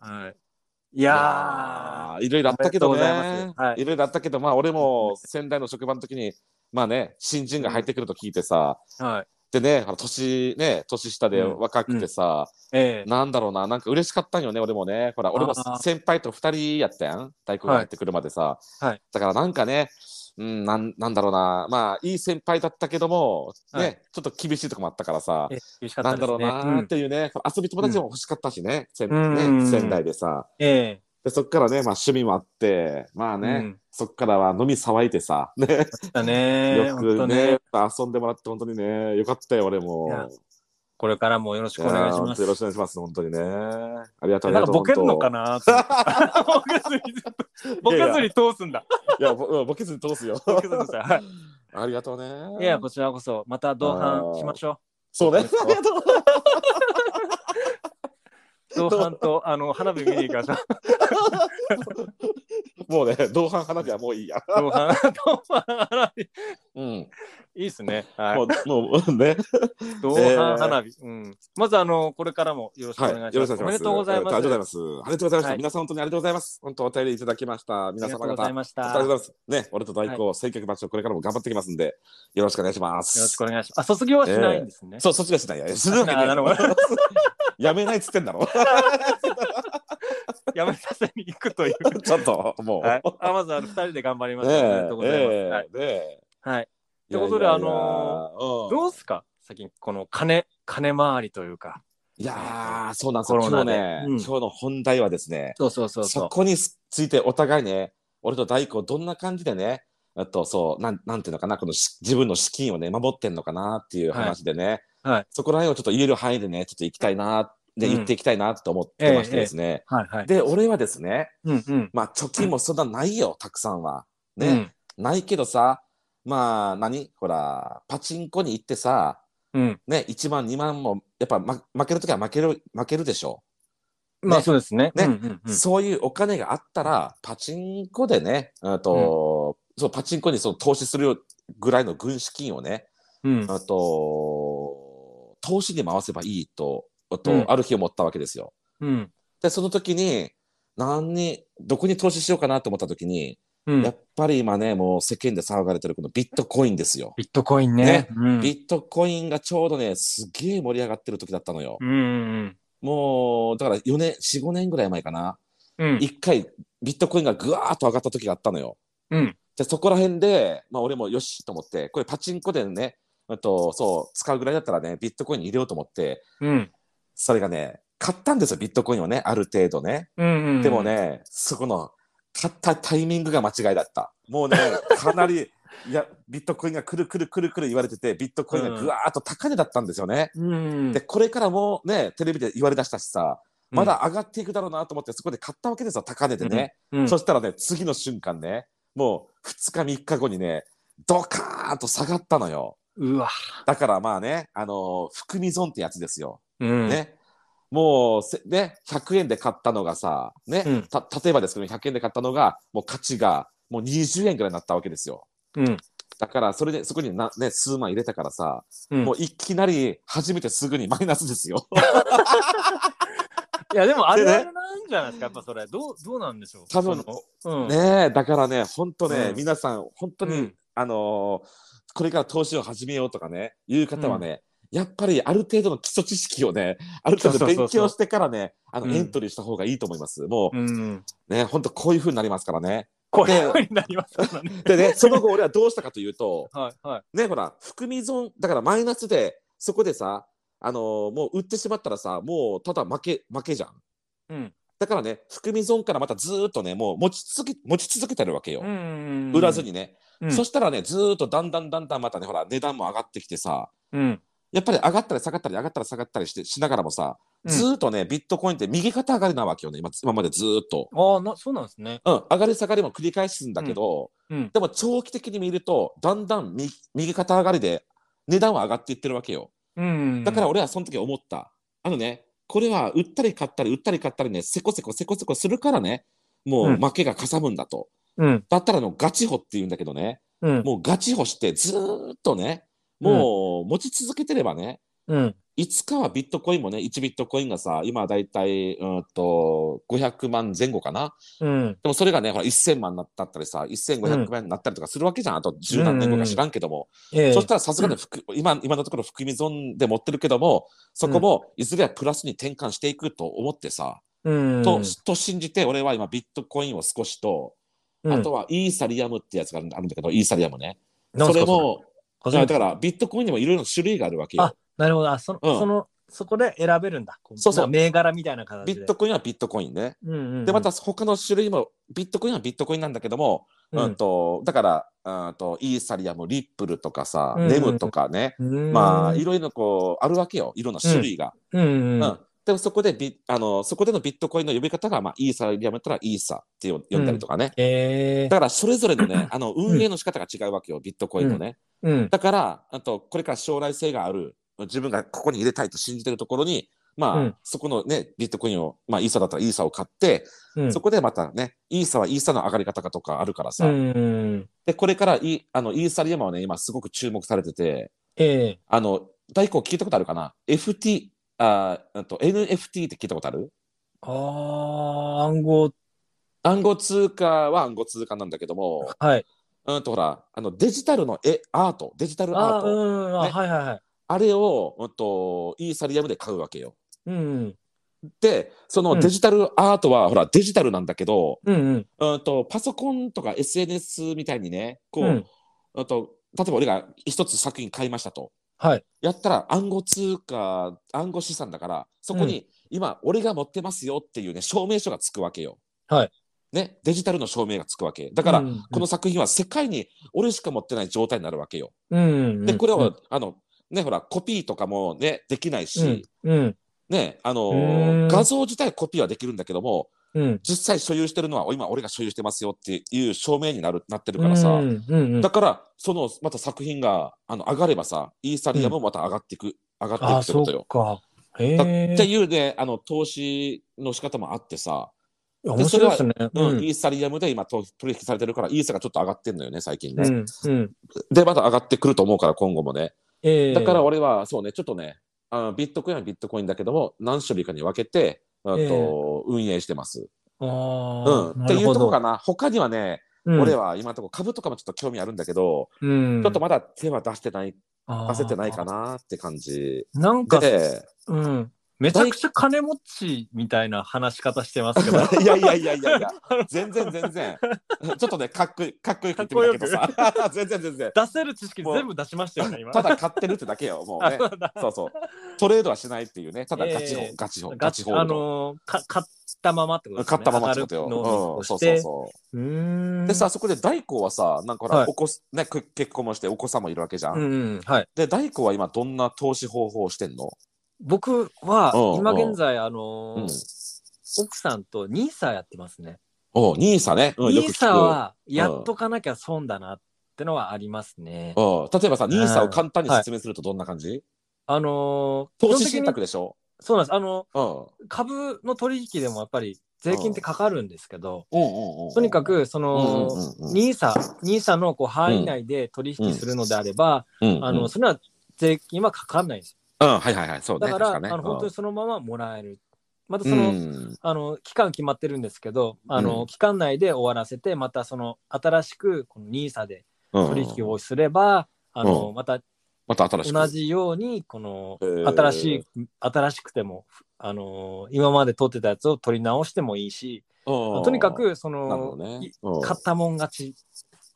い、いや
あーいろいろあったけど
ありがとうござい
ね。
ますはい
いろいろあったけど、まあ俺も仙台の職場の時に、まあね、新人が入ってくると聞いてさ、
ー、はい、
でね、あの年、ね、年下で
うん
若くてさ、
ええ
なんだろうな、なんか嬉しかったんよね、俺もね。ほら、俺も
あー
先輩と二人やったやん、大工が入ってくるまでさ。
はい
だからなんかね、うん、なんなんだろうな、まあ、いい先輩だったけども、ね、
は
ちょっと厳しいとこもあったからさ、
ええ厳しかっ
な
た
ん
で
だ
す
ろう
ね。
な
う
っ
ん
ていうね、遊び友達も欲しかったしね、せん
うん
ね仙台でさ。
え
で、そっからね、まあ趣味もあって、まあ
え
ね、
うん
そっからは飲み騒いでさ、ね、
だね。
よ
本当
くね、遊んでもらって本当にね、よかったよ、俺も。
いやこれからもよろしくお願いします
やー本当。よろしくお願いします、本当にね。ありがとう、あ
な
り
ん
が
か
とう。
ボケんのか
な
なと思ってボケずにずっとボケずに通すんだ。
いや、ぼ [laughs] うんボケずに通すよ。
ボケずに通すはい
[laughs] ありがとうね。
いや、こちらこそ、また同伴しましょ
そうね。
そうです
ありがとう。
[laughs] う。同伴と、あの、花火見に行き [laughs] ましょ
[laughs] もうね、同伴花火はもういいや。
う。同伴、同伴花火。い
うん。
いですね。はい
も。う、もうね。
同伴花火、うん、まずあのこれからもよろしくお
は
願
い。
いします。
よろしくお願いします。
おめでとうございます。
ありがとうございます。ありがとうございまし
は
た。
い
皆さん本当にありがとうございます。本当お便りいただきました。
あ
皆様
りがとうござい
方。
まし
あ
た。
りがとう
よ
ございます。ね、俺と大工、選挙場所、これからも頑張っていきますんで、よろしくお願いします。
ろしくお願いします。あ卒業はしないんですね。
そう、卒業しないや。するわけ
あなるほど
[laughs] やめないっつってんだろ。 [laughs]
やめさせに行くという。
ちょっと、も
[laughs]
う。
はい、あまずあの二人で頑張りま
ね
した。あり
え
がとう、ご
ね
ざいます。
え
はい、
ねえ。
はい、
いや
ってことで
いやいや
あの
うん
どうすか先にこの金金回りというか。
いやー、そうなんですよ。
コ
今
ロナ
日
で
ね、
うん
今日の本題はですね、
そうそうそ
そう
そう。
こについてお互いね、俺と大工、どんな感じでね、あとそうなん、なんていうのかな、このし自分の資金をね、守ってんのかなっていう話でね、
はいはい
そこら辺をちょっと言える範囲でね、ちょっと行きたいな、で、
うん
言っていきたいなと思ってましてですね。
はいはい。
で、俺はですね、
うんうん。
まあ、貯金もそんなないよ、たくさんは。ね、ないけどさ、まあ、何ほら、パチンコに行ってさ、
うん。うん。
ね、1万、2万も、やっぱ、ま、負けるときは負ける、負けるでしょ
まあそうですね。
ね
うんうんうん。
そういうお金があったら、パチンコでね、あと、そう、パチンコにその投資するぐらいの軍資金をね、
うん、
あと、投資に回せばいいと、あと、
うん
ある日思ったわけですよ。
うん。
で、その時に、何に、どこに投資しようかなと思った時に、
うん。
やっぱり今ね、もう世間で騒がれてるこのビットコインですよ。
ビットコインね。
ね
うん。
ビットコインがちょうどね、すげえ盛り上がってる時だったのよ。
うんうん
もう、だから4年、4、5年ぐらい前かな。
うん。
一回、ビットコインがぐわーっと上がった時があったのよ。
うん。
で、そこら辺で、まあ俺もよしと思って、これパチンコでね、あと、そう、使うぐらいだったらね、ビットコインに入れようと思って、
うん。
それがね、買ったんですよ、ビットコインをね、ある程度ね。
うんうん。
でも。ね、そこの、買ったタイミングが間違いだった。もうね、 [laughs] かなり、いや、ビットコインがくるくるくるくる言われてて、ビットコインがぐわーっと高値だったんですよね。
うん。
で、これからもね、テレビで言われだしたしさ、まだ上がっていくだろうなと思って、そこで買ったわけですよ、高値でね。
うん、
そしたらね、次の瞬間ね、もう2日、3日後にね、ドカーンと下がったのよ。
うわ。
だからまあね、あのー含み損ってやつですよ。
うん。
ね。もうせ、ね、100円で買ったのがさ、ね、
うん
た例えばですけど、100円で買ったのが、もう価値がもう20円ぐらいになったわけですよ。
うん。
だから、それで、そこにな、ね、数万入れたからさ、
うん
もういきなり、初めてすぐにマイナスですよ。
いやでもあ
で
る
ね
あるなんじゃないですか、やっぱそれどうどうなんでしょう
多分
そのうん
ねえ、だからね、本当ね、
うん
皆さん、本当に、
うん
あのーこれから投資を始めようとかね、いう方はね、やっぱりある程度の基礎知識をね、ある程
そ
度
うそうそうそう
勉強してからね、あの、
うん
エントリーした方がいいと思います。もう、
うん、
ね、本当こういう風になりますからね。
こういうふうになりますからね
で
[laughs]
ね、その後俺はどうしたかというと、
はいはい
ね、ほら、含み損、だからマイナスで、そこでさ、あのーもう売ってしまったらさ、もうただ負け、負けじゃん。
うん
だからね、含み損からまたずーっとね、もう持ち続け、持ち続けてるわけよ。
うん
売らず、にね。
うん、
そしたらね、ずーっとだんだんだんだんまたね、ほら、値段も上がってきてさ、
うん
やっぱり上がったり下がったり上がったり下がったりしてしながらもさ、ずーっとね、ビットコインって右肩上がりなわけよね、今今までずーっと。
ああなそうなんですね
うん、上がり下がりも繰り返すんだけど、
うん
でも長期的に見ると、だんだん右右肩上がりで値段は上がっていってるわけよ。
うん
だから俺はその時思った。あのね、これは売ったり買ったり売ったり買ったりね、せこせこせこせこするからね、もう負けがかさむんだ
うん
と。だったらあのガチホって言うんだけどね、
うん
もうガチホしてずーっとね、もう持ち続けてればね、
うん
いつかはビットコインもね、1ビットコインがさ、今だいたい、うんと、500万前後かな。
うん。
でもそれがね、ほら、1000万になったりさ、1500万になったりとかするわけじゃん。あと10何年後か知らんけども。
ええ
そしたらさすがに含今、今のところ含み損で持ってるけども、そこもいずれはプラスに転換していくと思ってさ、
うん。
と、と信じて、俺は今ビットコインを少しと、
うん、
あとはイーサリアムってやつがあるんだけど、イーサリアムね。
なん
そ
すか
れ、も、
そ
いや
れ
だからビットコインにもいろいろ種類があるわけ
あ
よ。
なるほど。あ、その、
うん
その、そこで選べるんだ。こ
そうそう
な銘柄みたいな形で。
ビットコインはビットコインね。
うんうんうん
で、また、他の種類も、ビットコインはビットコインなんだけども、
う
うん
ん。
と、だから、うんと、イーサリアム、リップルとかさ、
うん
ネムとかね、
うん
まあ、いろいろこう、あるわけよ。いろんな種類が。
うんう
うんん。でもそこでビ、あの、そこでのビットコインの呼び方が、まあ、イーサリアムやったらイーサってよ呼んだりとかね。
ええ
だから、それぞれ
[clears throat]
のね、あの、運営の仕方が違うわけよ、ビットコインのね。
うん。
だから、あと、これから将来性がある、自分がここに入れたいと信じてるところに、まあ、
うん
そこのね、ビットコインを、まあ、イーサだったらイーサを買って、
うん
そこでまたね、イーサはイーサの上がり方とかあるからさ、
うん。
で、これからイあのイーサリアムはね、今すごく注目されてて、
ええ
あの、大工聞いたことあるかな ?FT、ああと NFT って聞いたことある
ああ、暗号、
暗号通貨は暗号通貨なんだけども、
はい。
うんとほら、あのデジタルの絵、アート、デジタルア
ああ、う
ート、
ん。あ、
ね
はいはいはい。
あれを、うんと、イーサリアムで買うわけよ。
うん。
で、そのデジタルアートは、ほら、デジタルなんだけど、
うんうん。
うんと、パソコンとか SNS みたいにね、こう、
うん。
うんと、例えば俺が一つ作品買いましたと。
はい。
やったら暗号通貨、暗号資産だから、そこに今、俺が持ってますよっていうね、証明書がつくわけよ。
はい。
ね、デジタルの証明がつくわけ。だから、
うんうん
この作品は世界に俺しか持ってない状態になるわけよ。
うんうん。
で、これを、
うん
あの、ね、ほら、コピーとかもね、できないし、
うん。
ね、あの
うーん
画像自体コピーはできるんだけども、
うん。
実際所有してるのは、今、俺が所有してますよっていう証明になるなってる
う
か
ん。
らさ、
うんうん。
だから、そのまた作品があの上がればさ、イーサリアムもまた上がっていく、上が
あ
っ
あ、
ていく
そ
ってことよ
う。か。へ
だっ
え
て。いうね、あの投資の仕方もあってさ、
いや面白いですね。
うん
うん
イーサリアムで今と取引されてるから、イーサがちょっと上がってんのよね、最近ね。
うん。うん。
で、また上がってくると思うから、今後もね。
ええ。
だから俺は、そうね、ちょっとね、あのビットコインはビットコインだけども、何種類かに分けて、あ
ええ
と運営してます、
ああ。
うん。っていうとこか
な
な。他にはね、
るほど。
俺
は、
は今のところ株とかもちょっと興味あるんだけど、
うん。
ちょっとまだ手は出してない、
出
出せてないか。なって感じ。
なんか、
で、
[laughs] うん。めちゃくちゃ金持ちみたいな話し方してますけど。
[laughs] いやいやいや
[laughs]
いやいや、全然全然。ちょっとね、かっこいかっこよく言ってみたけどさ、 [laughs] 全然全然。
出せる知識全部出しましたよね、
[laughs]
今。
ただ買ってるってだけよ、も
[laughs]
うね。そうそう。トレードはしないっていうね、ただガチホ、
ええ
ガチホ、ガ
ガ
チ
チ
ホ
あ
ールド。
のーか買ったままってことですね。
買ったままってことよ。
上
う
がるの
ん、
を
そ
し
うそう
て。
そうう。
ん。
でさ、、そこで大工はさ、なんかほら、
はい
お子すね、く結婚もしてお子さんもいるわけじゃん。
うんうん、はい。
で、大工は今どんな投資方法をしてんの
僕は
うん
今現在、あ
う
の
ん
ー、奥さんとニーサやってますね。
おう、ニーサね。うん、
ニ
よく
ー
聞く
サはやっとかなきゃ損だなってのはありますね。
うん例えばさ、ニーサを
うん
簡単に説明するとどんな感じ、
あのー、
投資信
基本的
託
に
でしょ
そうなんです。あの、
うん。
株の取引でもやっぱり税金ってかかるんですけど、
うんうんうん
とにか、く、そ
うんうん
の、
うんうん、
ニーサ、ニーサのこう範囲内で取引するのであれば、
うんうん
あの、それは税金はかかんないんです
うん、はいはいはい、そ
よ。
うね。
だから、
確ね
あの、本当にそのままもらえる。またそ
うん
の、
うん
あの、期間決まってるんですけど、あの、
うん
期間内で終わらせて、またその、新しく、このニーサで
うん
取引をすれば、あの、また
また新しく。
同じように、この、
へー
新しい、新しくても、あの、今まで取ってたやつを取り直してもいいし、
うん
とにか、く、そ
なるほ
の、
どね
い。
うん
買ったもん勝ち。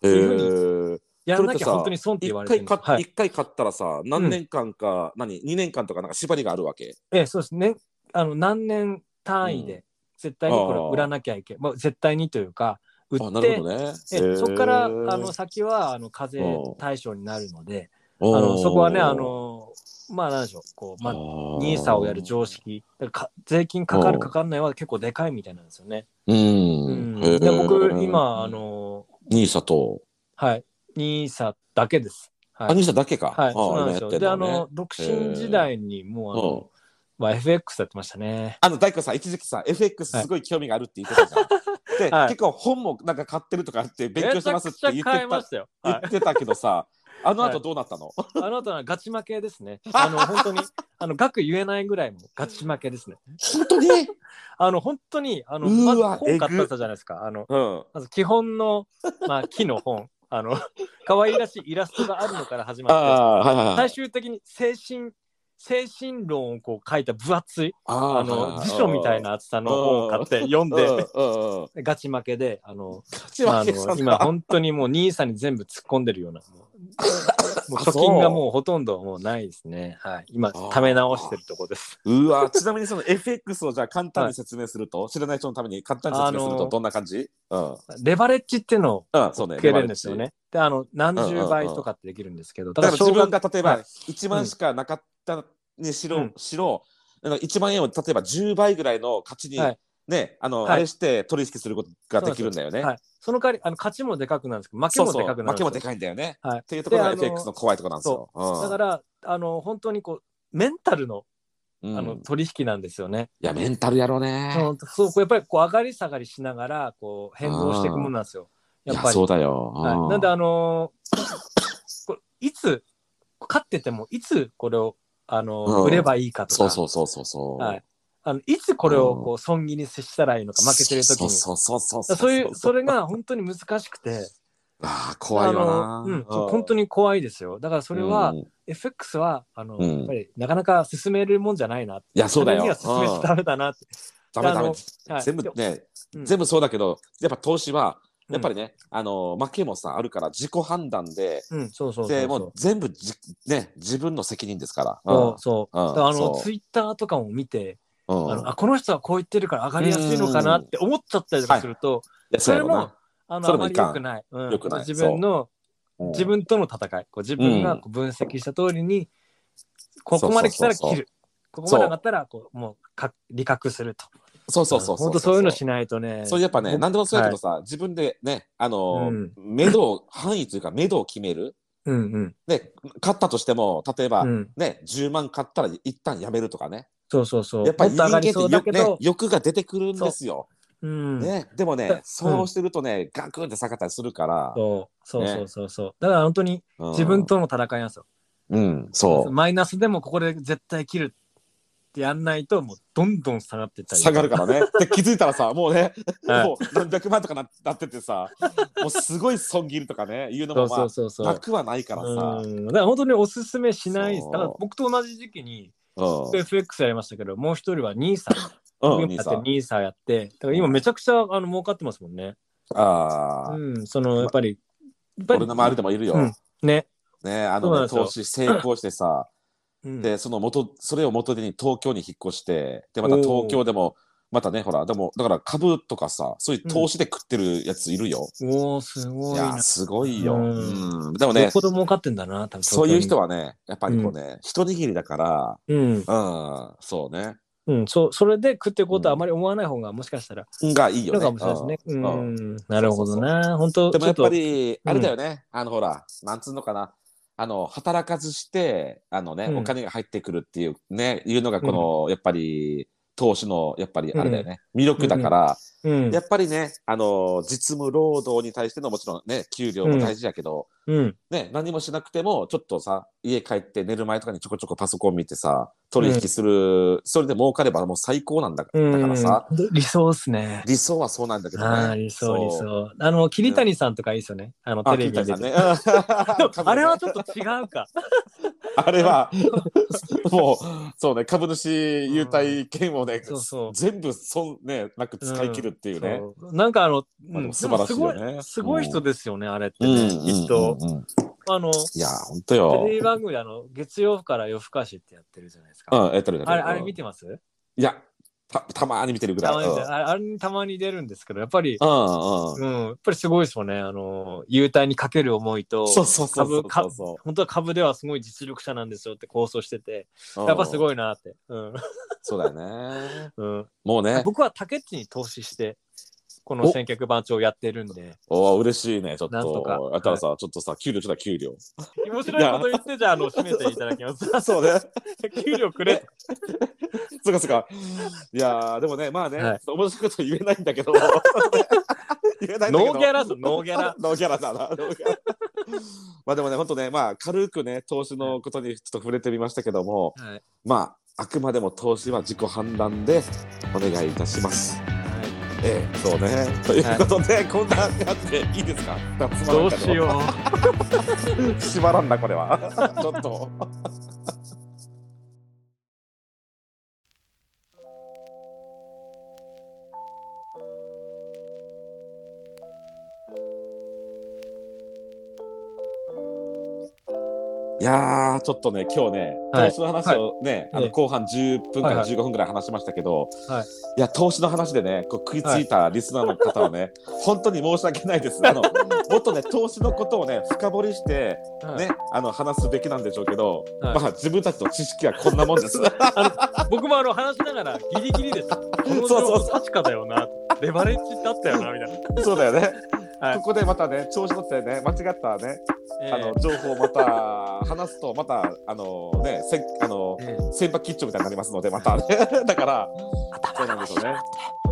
へ
いうふうに
ー
やらなき
それって
ゃ
さ
本当に損って
一
言われてるん
回
です
買っ
よはい
一回買ったらさ、何年間か、何、2年間とか、なんか縛りがあるわけ。
ええ、そうですね。あの何年単位
うん
で絶対にこれは売らなきゃいけない、まあ、絶対にというか売
あ
っ
な
て
る、ほどね。
ええそこからあ
へー
の、先はあの課税
うん
対象になるのであ
おー
のそこはねあ、のまあ何でしょうこう、まあ、ニーサをやる
ょ
常識だからか税金かか
う
る
ん
かかんないは結構でかいみたいなんですよね。
うん。
うん、
へー
で僕今あ、の
ニーサと、
はいニーサだけです。は
あ、ニ
い
ーサだけか。
はい、
あー
そうなんです
今
よ。
やって
で、あ
んだね
の、独身時代にもう、あ
うん
の、まあ、FX やってましたね。
あの大工さん、一時期さ、FX すごい興味があるって言ってたじゃん。で、
はい
結構本もなんか買ってるとかあって、勉強してますって言って
めちゃくちゃ変えま
た [laughs]
したよ。
言
は
ってたけどさ、あの後どうなったの、
あの後はガチ負けですね。あの、本当に、あの、額言えないぐらいのガチ負けですね。
本当に
あの、本当に、あの、
うー
ま
わ
ず本買ったじゃないですか。あの、
うん。
まず基本の、まあ、木の本。あの、可愛らしいイラストがあるのから始
あ
まって、
あ、はいはいはい
最。終的に精神、精神論をこう書いた分厚い、
あ
あの、辞書みたいな厚さの
うん
本を買って読ん
で、うん
で、
うんうん
ガチ負けで、あの、
勝ち
まああ
負けした
の
ん
今
だ
本当にもう兄さんに全部突っ込んでるようなも
[laughs]
うもう
あ
貯金がもうほとんどもうないですねはい今
ー
貯め直してるとこです
うわちなみにその FX をじゃあ簡単に説明すると、知らない人のために簡単に説明す
あ
る
の
と
ー
どんな感じ、うん、
レバレッジっていうのを
うん、そうね。
受けれるんですよねであの何
うんうん
十
うん
倍とかってできるんですけど
レバレッジ。だから自分
小学
が例え
は
ば
い
1万しかなかったにしろ、
うん
しろ、あの1万円を例えば10倍ぐらいの価値に、
はい
ね、あの、
はい
あれして取引することができるんだよね。
はい、その代わりあの勝ちもでかくなるんですけど負け
そう
も
そう
でかくなる
負
んです
けもで
よ
かいんだよね。
はい
っていうところが
であのー
FX の怖いところなんですよ。うん
だからあの本当にこうメンタルの
うん
あの取引なんですよね、
いや、メンタルやろうね。
うん、そうこうやっぱりこう上がり下がりしながらこう変動していくものなんですよ
い
やっ
や、
ぱり
そうだよ。う
はい、なんであのーこれいつ勝っててもいつこれを、あのー
うん
売ればいいかとか
そうそうそうそうそう。
はい、あのいつこれをこう損切りしたらいいのか負けてる時にそ
そうそうそう
う
そう。
いうそれが本当に難しくて
ああ、怖いよな。
あのーうん、そう本当に怖いですよだからそれは、
うんい
FX はあの、
うん
やっぱりなかなか進めるもんじゃないな
や、そうだ
他人
よ。
には進めちゃダメだなって、
ダメ
あ
ダメ
の。はい
全部ね、
うん
全部そうだけど、やっぱ投資は、
うん
やっぱりね、あのー、負けもさ、あるから、自己判断で、
うん、そうそうそうそう
で、もう全部じ、ね、自分の責任ですから。うん
そうそう、
うん
だからあの
そう
ツイッターとかも見て、
うん
あのあこの人はこう言ってるから上がりやすいのかなって思っちゃったりとかすると、
いやそうやろう
そ
な。
あの
そ
あ
れ
ま
もい
り
かん
良くない,、うん、
良くない
自分の
うん
自分との戦いこう自分がこう分析した通りに、ここまで来たら
そうそう
切
そ
るここまで上がったらこうもうか利確すると
そうそうそう。
本当そういうのしないとね
そうやっぱね、
僕
何でもそうやけどさ、自分でね、あの
うん
ー、目処、範囲というか、目処を決める。
うんうん
で、勝ったとしても、例えば
う、ん
ね、10万買ったら一旦やめるとかね。
そうそうそう
やっぱり
も
人
と上
間
が
って
りそうだ
欲,、
け
ね
ど、、
欲が出てくるんですよ。
うん
ね、でも
だ
ね、そうしてるとね、ガクンって下がったりするから、
そうそう
ね
そうそうそう、だから本当に
うん
自分、との戦いなんですよ、
うん、そう。
マイナスでもここで絶対切るってやんないともうどんどん下がっていったり
下がるからね。で、気づいたらさ、もうね、
[laughs] はい
もう何百万とかななっててさ、もうすごい損切りとかね、いうの
そ
も
う
ま
そう
あ、
そうそう
なくはないからさ
う。んだから本当におすすめしないです。
そう
だから僕と同じ時期に
うん。
FX やりましたけど、もう一人はニーサ
うん、
や
兄さ
って
ん。
ニーサやって、だから今めちゃくちゃあの儲かってますもんね。
ああ、
うん、そのやっぱり、やっぱ
俺の周り
り
でもいるよ。
うんね。
ね、あ
そう
の
なん
ね、
ですよ
投資成功してさ、
うん
で、その元、それを元手に東京に引っ越して、で、また
おー
東京でも、またね、ほら、でも、だから株とかさ、そういう投資で食ってるやついるよ。
おおすごい
いや、
な。
すごいよ。
う
うんん。で
よ
もね
っ、ぽど儲かってんだな、多分
そういう人
は。
はね、やっぱりこうね、一握りだか
うん、
ら、うん、そうね。
うん、そう、それで食っていこうとはあまり思わない方が、もしかしたら、
がいい
いい
よ
の
ね。
かもしれないですね。う
う
ん
うん
ん、なるほどな。本当
でもやっぱ
ちょっ
り、あれだよね、あのほら、なんつうのかな、あの、働かずして、あのね、
うん
お金が入ってくるっていうね、いうのがこの、やっぱり、投資の、やっぱりあれだよね、魅力だから、
とうん
やっぱりね、あの、実務労働に対してのもちろんね、給料も大事やけど、
うん、
ね、何もしなくても、ちょっとさ、家帰って寝る前とかにちょこちょこパソコン見てさ、取引する、それで儲かればもう最高なんだだ
うん、
からさ、
理想ですね。
理想はそうなんだけどね。
ああ、理想、理
そう。
想。あの、桐谷さんとかいいですよね。あの、
あ、
テレ
聞い
ビで
たり
出
さん
て
ね。
る。 [laughs]
あ
あれはちょっと違うか。
あ
[laughs]
れは、もう、そうね、株主優待券をね、
そうそう
全部損ね、なく使い切るっていうね。
そうなんかあの、う
まあで
ん
も素晴らしいよ
で
ね
もすごいすごい人ですよね、あれって
うん
ね。
うん
きっと、
うんうん
あの、
いや、ほんと
テ
よ
レ。ビ番組であの、月曜から夜更かしってやってるじゃないです
う
か。
ん、えっとね、
あれ、あれ見
て
てます
いや、たたまーに見てるぐら
た
い。
まに
うん
あれあれにたまに出るんですけど、やっぱり、
うんうん。
うん、やっぱりすごいですよね。あの、優待にかける思いと、
そうそうそうそう
株か
そ
本当は株ではすごい実力者なんですよって構想してて、
う。
やっぱす
い。
ごいなって。うん。
そうだよね。 [laughs]
うん。
もうね、
僕は竹内に投資してこの選客番長をやってるん
[laughs]
で
おー嬉しいね、ちょっ
なんとか
と。あったらさ、ちょっとさ、給料ちょっと給料。
面白いこと言ってじゃああの締めていただきます
[laughs] そうね。
給料くれ
そうかそうか。いやーでもね、まあね、
はい
ちょっと面白いこと言え
[laughs]
ないんだけど。言えないんだけど [laughs]
ノーギャラぞノーギャラ。
ノーギャラだな。ノーギャラまあでもね、本当ね、まあ軽くね、投資のことにちょっと触れてみましたけども、
はい。
まあ、あくまでも投資は自己判断でお願いいたします。ええ、そうね。ということで、こんな感じでいいですか
どうしよう。
[laughs] う。縛らんな、これは。 [laughs] ちょっと。いやーちょっとね今日ね
はい
投資の話をね、あ
え
の
え
後半10分か
はいは
ら
い
15分ぐらい話しましたけど、
はい
いや投資の話でねこう食いついたリスナーの方は
[laughs]
ね、本当に申し訳ないですあのもっとね投資のことをね深掘りして
はい
ね、あの話すべきなんでしょうけど、
はい
まあ自分たちの知識はこんなも
[laughs]
んです。
僕もあの話しながらギリギリです。この
[laughs] そうそう
情報確かだよな。レバレッジだったよなみたいな。
そうだよね、
はい
ここでまたね調子乗ってね間違ったね、
え
[laughs] あの情報をまた話すとまたあのねせあの
え
先輩キッチョみたいになりますのでまたねだからそうなんですよね。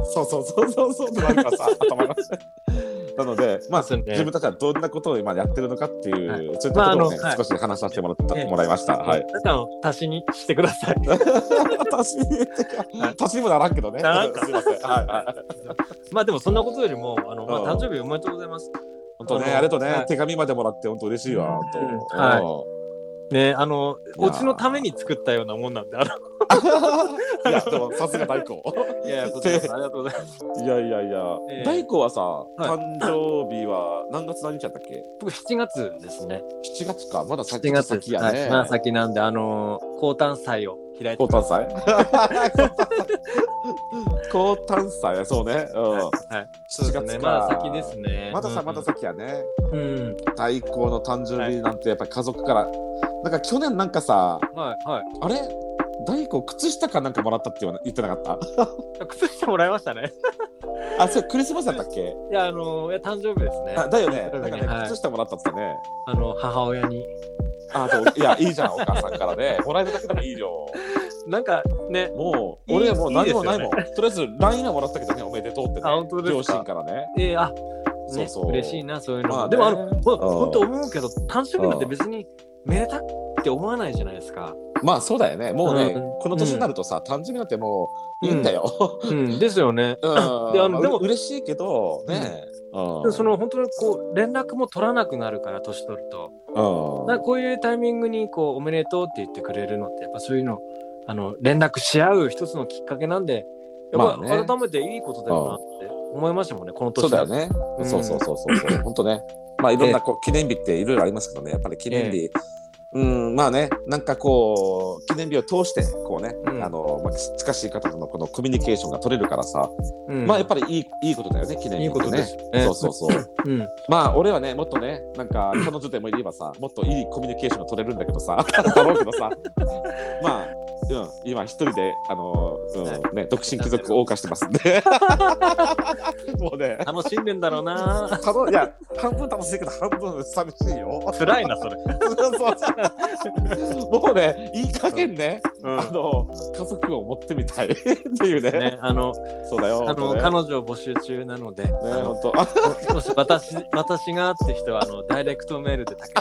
そうそうそうそうそうなんかさ頭が。なので、まあ、
そうですね
自分たちはどんなことを今やってるのかっていう、
は
そういったことをね、
まああのはい
少し話させてもらった、
ええ
もらいました。はい。
なんかの足しにしてください。
足しに、足しにもならんけどね。
ならんか
すいません。はい、はい。
まあでもそんなことよりもあのま
うん
あ誕生日おめでとうございます。
本当ね、
あの
ありがとうね、
はい
手紙までもらって本当嬉しいわ。本当
うん
う
ねあの
いや
うちのために作ったようなもんなんであの。
んいや、でもさすが大光。
いやいやこ
こ
ちらこ
ちらこ
そありがとうございます。
いやいやいや、
ええ
大光はさ、
い
誕生日は何月何日だったっけ
僕7月ですね。
?7 月か、まだ先
7月です
先やね。
はいまあ先なんであの高誕祭を開いて
高。
[laughs]
誕祭高誕祭そうね。うん。
はい。
7
そうです
月
ね
か。
まだ先ですね。
まだ
うんう
さ、
ん
まだ。先やね。
うん。
大光の誕生日なんてやっぱ家族から、なんか去年なんかさ、
はいはい。
あれ大光靴下かなんかもらったって言わな言ってなかっ
靴下もらいましたね。
たあ、それクリスマスだったっけ
いや、あの、いや誕生日ですね。
あだよね。
そ
な
うんだ
か
ね
ね、
はい
靴下もらったって言ったね。
あの、母親に。
あ、そういや、いいじゃん、お母さんからね。もらえるだけでもいいよ。
なんかね、
もう、
いい
俺はもう何も
いいで
な
すよ
い
ね
もん。とりあえず、LINE はもらったけどね、おめでとうってね。
あ本当ですか
両親からね。
えー、あ、
そう
ね
そう
嬉しいな、そういうのも。
まあね
でも、あの、ほ
うん
ほんと思うけど、誕生日なんて別にめでたって思わないじゃないですか。
まあ、そうだよね。もうね、
うん
この年になるとさ、誕生日なんてもういいんだよ。
うん、ですよね。
うん。
であの
まあ
でも
嬉しいけど、ね。うん。
その本当にこう連絡も取らなくなるから年取ると
うん、
なんかこういうタイミングにこう「おめでとう」って言ってくれるのってやっぱそういうのあの連絡し合う一つのきっかけなんでやっぱ
まあね
改めていいことだよなって思いましたもんねこの年
そうだよね。
うん
そうそうそ
[laughs]
うそうそう。本当ね。まあいろんなこう記念日っていろいろありますけどね。やっぱり記念日。うん、まあね、なんかこう記念日を通してこうね、
うん
あのまあ近しい方とのこのコミュニケーションが取れるからさ、
うん
まあやっぱりいいいいことだよね記
い
念日
い
って
こと
ね。
ですよね
そうそうそ
う
う。
ん
まあ俺はねもっとねなんか彼女でもいればさもっといいコミュニケーションが取れるんだけどさだろうけどさまあ、うん、今一人であの、うんね、独身貴族を謳歌してますんでもうね
楽しんでんだろうな
たのいや半分楽しいけど半分寂しい [laughs] よ
[laughs] 辛いなそれ、
そうそうもうねいい加減ね、
うん
あの家族を持ってみたいっていうね
ね、あの
そうだよ
あの
本
彼女を募集中なので、
当ね
あ
ね
の
本当あ
もし私私がって人はあのダイレクトメールで竹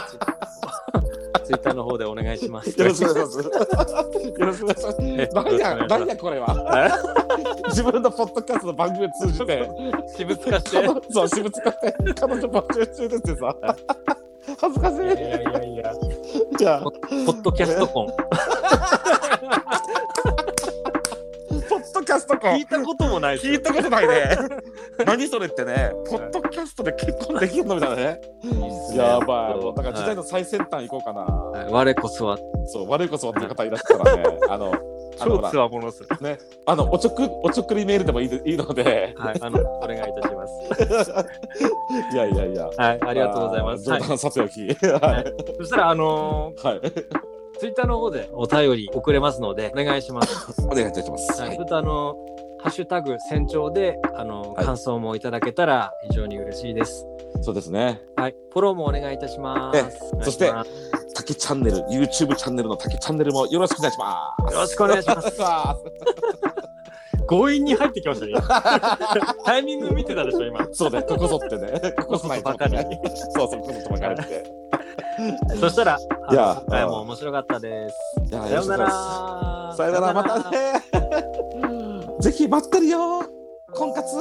[laughs] 内ツイッターの方でお願いします。
よろしくお願いします。 [laughs] よろしくお願いします。
え
何
よろ
や、
しくお願
何
いし
やこれは。
ます
自分のポッドキャストの番組を通じて、
私物化して。
彼女そう、私物化って、彼女募集中ですってさ。 [laughs] 恥ずかし
い
い。
やいやいや。
じゃあ、
ポッドキャストコン。
ポッドキャストか
聞。いたこともないです
聞いたことないね。 [laughs] 何それってね、ポッドキャストで結婚できるのみたいな [laughs] ね。やばい。もうだから時代の最先端行こうかな。
はい我こそは
そう、悪いこそって方いらっしゃったら [laughs] ね、あの、あの
超
ほら
つわものす。
ね、あの、おちょく、おちょくりメールでもいいでいいので、
はい、あのお願いいたします。
いやいやいや。
はい、ありがとうございます。
ま
はい
あ冗、談さておき。はい。
そしたらあの
はい。
ー、ツイッターの方でお便り送れますのでお願いします。
お願いいたします。
は、
はいい
ちょ。っとあの、ハッシュタグ船長で、あの、
はい
感想もいただけたら非常に嬉しいです。
そうですね。
はい、フォローもお願いいたします。
え
お願い
そして
します
竹チャンネル、YouTube チャンネルの竹チャンネルもよろしくお願いします。
よろしくお願いします。
す。
5強引に入ってきましたね今 [laughs] タイミング見てたでしょ今
そうね、ここぞってね、 [laughs] ここぞ
ばかりに
そうそう、ここぞとばかりって。
そしたら
いや
あの今回も面白かったです
いや
さような
よろしくお願いします
ら
さよなら、またね。ぜひ待ってるよ。婚活、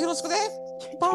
よろしくね。バイ。